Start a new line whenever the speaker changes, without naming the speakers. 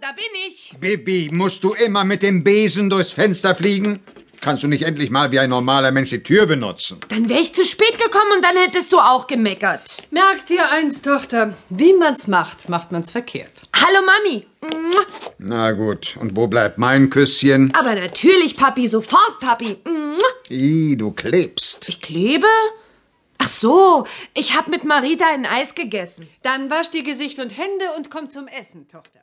da bin ich.
Bibi, musst du immer mit dem Besen durchs Fenster fliegen? Kannst du nicht endlich mal wie ein normaler Mensch die Tür benutzen?
Dann wäre ich zu spät gekommen und dann hättest du auch gemeckert.
Merkt ihr eins, Tochter, wie man's macht, macht man's verkehrt.
Hallo, Mami. Mua.
Na gut, und wo bleibt mein Küsschen?
Aber natürlich, Papi, sofort, Papi. Mua.
I, du klebst.
Ich klebe? Ach so, ich hab mit Marita ein Eis gegessen.
Dann wasch dir Gesicht und Hände und komm zum Essen, Tochter.